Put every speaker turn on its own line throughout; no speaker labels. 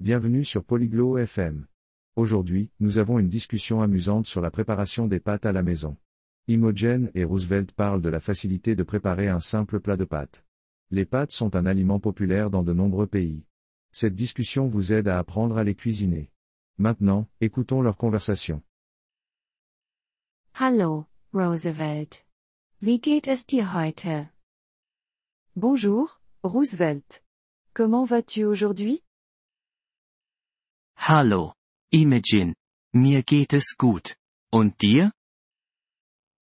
Bienvenue sur Polyglot FM. Aujourd'hui, nous avons une discussion amusante sur la préparation des pâtes à la maison. Imogen et Roosevelt parlent de la facilité de préparer un simple plat de pâtes. Les pâtes sont un aliment populaire dans de nombreux pays. Cette discussion vous aide à apprendre à les cuisiner. Maintenant, écoutons leur conversation.
Hallo, Roosevelt. Wie geht es dir heute?
Bonjour, Roosevelt. Comment vas-tu aujourd'hui?
Hallo, Imogen. Mir geht es gut. Und dir?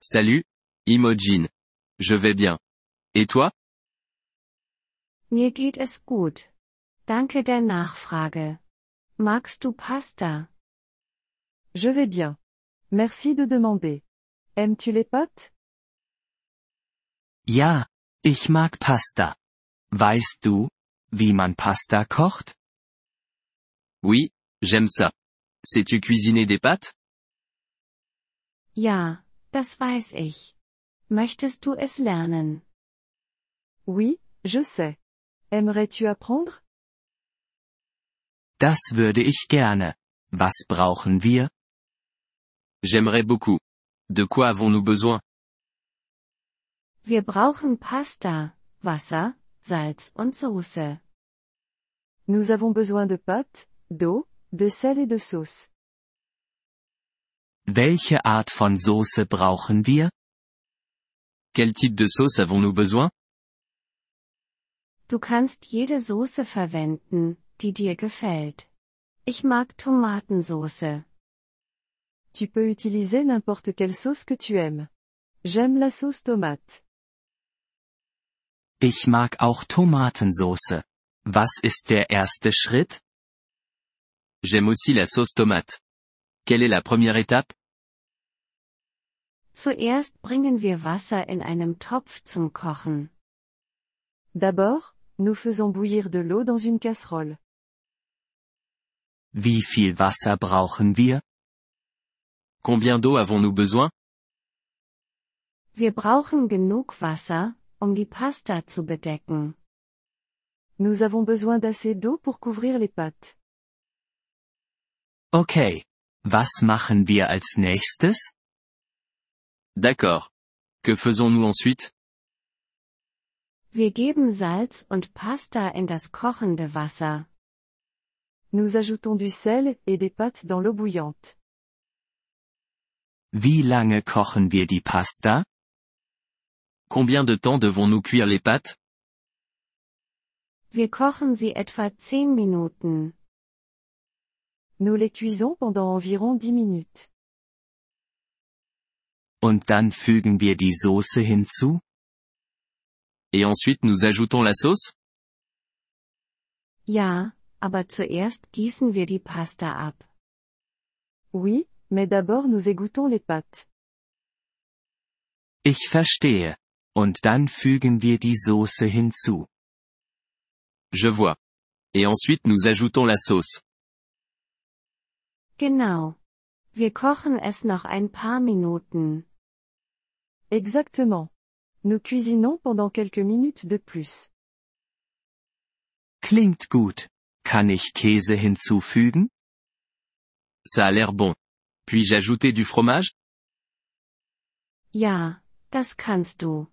Salut, Imogen. Je vais bien. Et toi?
Mir geht es gut. Danke der Nachfrage. Magst du Pasta?
Je vais bien. Merci de demander. Aimes-tu les pâtes?
Ja, ich mag Pasta. Weißt du, wie man Pasta kocht?
Oui, j'aime ça. Sais-tu cuisiner des pâtes?
Ja, das weiß ich. Möchtest du es lernen?
Oui, je sais. Aimerais-tu apprendre?
Das würde ich gerne. Was brauchen wir?
J'aimerais beaucoup. De quoi avons-nous besoin?
Wir brauchen Pasta, Wasser, Salz und Soße.
Nous avons besoin de pâtes, d'eau, de sel et de sauce.
Welche Art von Soße brauchen wir?
Quel type de sauce avons-nous besoin?
Du kannst jede Soße verwenden, die dir gefällt. Ich mag Tomatensoße.
Tu peux utiliser n'importe quelle sauce que tu aimes. J'aime la sauce tomate.
Ich mag auch Tomatensoße. Was ist der erste Schritt?
J'aime aussi la sauce tomate. Quelle est la première étape?
Zuerst bringen wir Wasser in einem Topf zum Kochen.
D'abord, nous faisons bouillir de l'eau dans une casserole.
Wie viel Wasser brauchen wir?
Combien d'eau avons-nous besoin?
Wir brauchen genug Wasser, um die Pasta zu bedecken.
Nous avons besoin d'assez d'eau pour couvrir les pâtes.
Okay. Was machen wir als nächstes?
D'accord. Que faisons-nous ensuite?
Wir geben Salz und Pasta in das kochende Wasser.
Nous ajoutons du sel et des pâtes dans l'eau bouillante.
Wie lange kochen wir die Pasta?
Combien de temps devons-nous cuire les pâtes?
Wir kochen sie etwa 10 Minuten.
Nous les cuisons pendant environ 10 minutes.
Und dann fügen wir die Soße hinzu?
Et ensuite nous ajoutons la sauce?
Ja, aber zuerst gießen wir die Pasta ab.
Oui, mais d'abord nous égouttons les pâtes.
Ich verstehe. Und dann fügen wir die Soße hinzu.
Je vois. Et ensuite nous ajoutons la sauce.
Genau. Wir kochen es noch ein paar Minuten.
Exactement. Nous cuisinons pendant quelques minutes de plus.
Klingt gut. Kann ich Käse hinzufügen?
Ça a l'air bon. Puis-je ajouter du fromage?
Ja, das kannst du.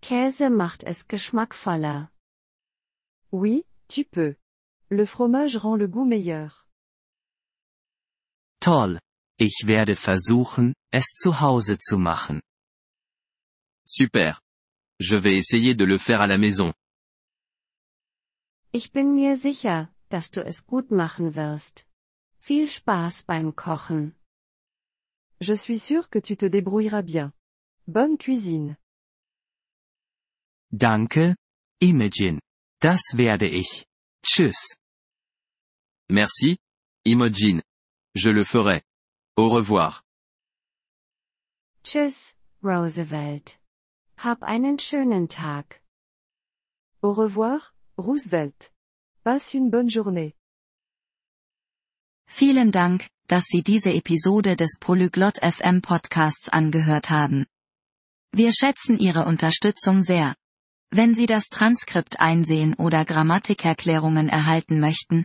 Käse macht es geschmackvoller.
Oui, tu peux. Le fromage rend le goût meilleur.
Toll. Ich werde versuchen, es zu Hause zu machen.
Super. Je vais essayer de le faire à la maison.
Ich bin mir sicher, dass du es gut machen wirst. Viel Spaß beim Kochen.
Je suis sûr que tu te débrouilleras bien. Bonne cuisine.
Danke, Imogen. Das werde ich. Tschüss.
Merci, Imogen. Je le ferai. Au revoir.
Tschüss, Roosevelt. Hab einen schönen Tag.
Au revoir, Roosevelt. Passe une bonne journée.
Vielen Dank, dass Sie diese Episode des Polyglot FM Podcasts angehört haben. Wir schätzen Ihre Unterstützung sehr. Wenn Sie das Transkript einsehen oder Grammatikerklärungen erhalten möchten,